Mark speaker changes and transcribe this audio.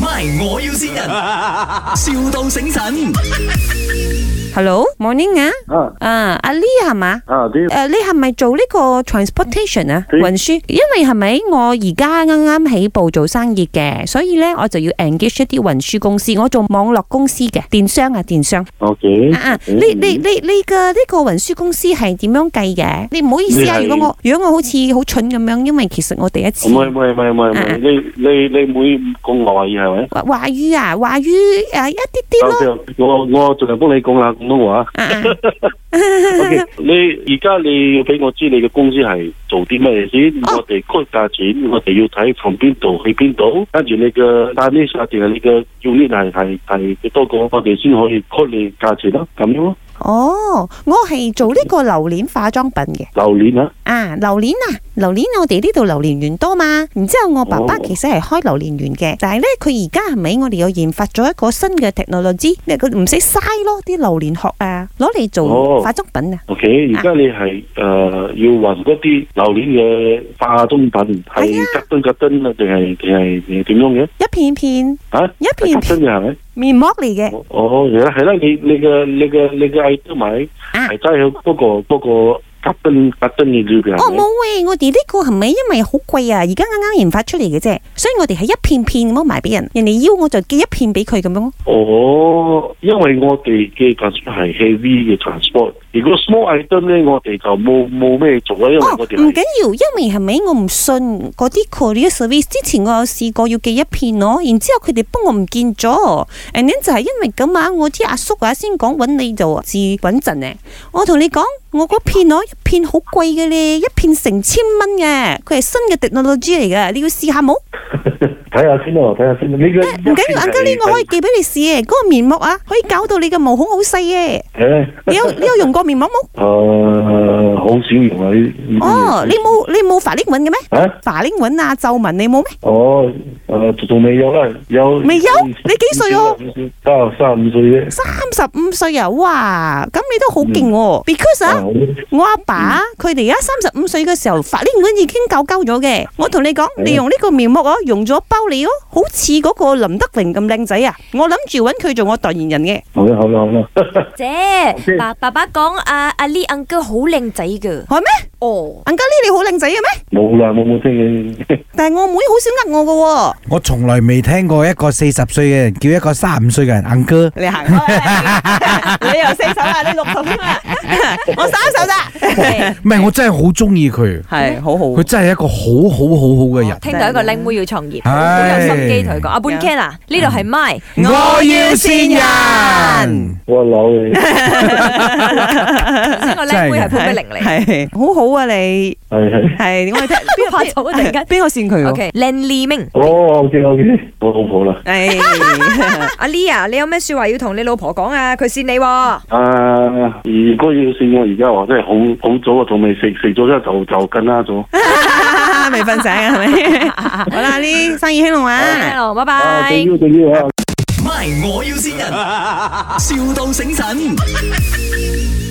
Speaker 1: MY，我要先人， 笑到醒神。
Speaker 2: Hello，morning 啊，
Speaker 3: 啊
Speaker 2: 啊阿 Lee 係嘛？
Speaker 3: 啊啲
Speaker 2: 誒、你係咪做呢個 transportation 啊
Speaker 3: 嗯
Speaker 2: 運輸？因為係咪我而家啱啱起步做生意嘅，所以咧我就要 engage 一啲運輸公司，我做網絡公司嘅電商啊電商。
Speaker 3: ，OK，
Speaker 2: 啊啊！你你你你嘅呢個運輸公司係點樣計嘅？你唔好意思啊，
Speaker 3: 你係
Speaker 2: 如果我如果我好似好蠢咁樣，因為其實我第一次
Speaker 3: 唔。係唔係唔係唔係唔
Speaker 2: 啊
Speaker 3: 係，你你你每講外語係咪？啊
Speaker 2: 華華語啊，華語誒、一啲啲咯，
Speaker 3: 我我盡量幫你講下廣東話。
Speaker 2: 啊啊嗯
Speaker 3: OK，你而家你要俾我知你嘅公司係做啲咩先？
Speaker 2: 哦
Speaker 3: 我哋開價錢，我哋要睇從邊度去邊度，跟住你嘅 t a n i s 定係你嘅 unit 係係係幾多個，我哋先可以 call 你價錢咯，咁樣咯。
Speaker 2: 哦，我係做呢個榴蓮化妝品嘅。
Speaker 3: 榴蓮啊，
Speaker 2: 啊，榴蓮啊，榴蓮我哋呢度榴蓮園多嘛，然之後我爸爸
Speaker 3: 哦
Speaker 2: 其實係開榴蓮園嘅，但係呢，佢而家係咪我哋有研發咗一個新嘅 technology，咩佢唔使嘥咯啲榴蓮殼啊，攞嚟做
Speaker 3: 哦
Speaker 2: 化妝品啊，
Speaker 3: OK，而家你係誒、呃要運嗰啲榴蓮嘅化妝品
Speaker 2: 係
Speaker 3: 係吉敦吉敦啊，定係定係定係點樣嘅？
Speaker 2: 一片片
Speaker 3: 啊，
Speaker 2: 一片
Speaker 3: 係吉敦嘅係咪？
Speaker 2: 面膜嚟嘅，
Speaker 3: 哦哦，係啦係啦，你你嘅你嘅你嘅 item 咪
Speaker 2: 啊
Speaker 3: 係齋喺嗰個嗰個吉敦吉敦嘅裏邊
Speaker 2: 哦冇
Speaker 3: 係咪？
Speaker 2: 喂，我哋呢個係咪因為好貴啊，而家啱啱研發出嚟嘅啫，所以我哋係一片片咁樣賣俾人，人哋要我就寄一片俾佢咁樣咯，
Speaker 3: 哦，因為我哋嘅 transport 係 heavy 嘅 transport，如果 small item 咧，我哋就冇冇咩做啦，因為
Speaker 2: 哦
Speaker 3: 我哋
Speaker 2: 唔
Speaker 3: 係
Speaker 2: 緊要，因為係咪我唔信嗰啲 courier service？之前我有試過要寄一片咯，然之後佢哋幫我唔見咗，and then 就係因為咁啊，我啲阿叔啊先講揾你就至穩陣咧。我同你講，我嗰片哦攞一片好貴嘅咧，一片成千蚊嘅，佢係新嘅 technology 嚟嘅，你要試下冇？
Speaker 3: 睇下先咯，睇下先。你嘅
Speaker 2: 唔緊要，阿嘉呢，我可以寄俾你試嘅，嗰、個面膜啊，可以搞到你嘅毛孔好細 嘅。
Speaker 3: 誒。
Speaker 2: 你有你有用過面膜冇？
Speaker 3: 誒、好少用啊！呢呢啲
Speaker 2: 哦，你冇你冇法令紋嘅咩？
Speaker 3: 啊，
Speaker 2: 法令紋啊、皺紋你冇咩？
Speaker 3: 哦，誒、仲未有啦，有
Speaker 2: 未有你幾歲啊？
Speaker 3: 三三十五歲啫。
Speaker 2: 三十五歲啊，哇！咁你都好勁喎，because
Speaker 3: 啊
Speaker 2: 啊，我阿爸佢哋而家三十五歲嘅時候，法令紋已經夠鳩咗嘅。我同你講，
Speaker 3: 嗯
Speaker 2: 你用呢個面膜哦，用咗包你哦，好似嗰個林德榮咁靚仔啊！我諗住揾佢做我代言人嘅。
Speaker 3: 好啦好啦好啦，
Speaker 4: 姐，爸爸爸講阿阿 Lee uncle 好靚仔噶。
Speaker 2: 係咩？
Speaker 4: 哦，
Speaker 2: 銀家呢你好靚仔嘅咩？
Speaker 3: 冇啦冇冇聽嘅，
Speaker 2: 但係我妹好少呃我
Speaker 5: 我從來未聽過一個四十歲嘅人叫一個三十五歲嘅人
Speaker 2: 嘅
Speaker 5: uncle
Speaker 2: 喎。你 行開，你又四手啦，你六十添啦， 我三手咋？
Speaker 4: Dạ.
Speaker 5: 唔係，我真係好中意佢，
Speaker 2: 係好
Speaker 5: 佢真係一個好好好好嘅人。
Speaker 4: 聽到一個靚妹要創業，好
Speaker 5: 唉
Speaker 4: 有心機同佢講。阿 Ben Ken 啊，呢度係 My，
Speaker 2: 我要先人。
Speaker 3: 我老 你，
Speaker 4: 頭先個靚妹係潘碧玲嚟。
Speaker 2: 係好好啊你。
Speaker 3: 係 係。
Speaker 2: 系我哋睇邊
Speaker 4: 怕醜啊突然間
Speaker 2: 邊個扇佢喎
Speaker 4: OK，靚 Lee Ming，
Speaker 3: 哦，OK OK，我老婆啦。
Speaker 2: 唉，
Speaker 4: 阿 Lee 啊，你有咩說話要同你老婆講啊？佢善你喎。
Speaker 3: 啊，如果要算我而家話真係好好早啊，仲未食食咗之後就就更加早。
Speaker 2: 未瞓醒啊，係咪？ 好啦，呢生意興隆
Speaker 4: Dạ.
Speaker 2: 啊！
Speaker 4: Hello，拜
Speaker 3: 啊，
Speaker 4: 拜
Speaker 3: 最。要最要啊！
Speaker 1: MY，我要先人，笑到醒神。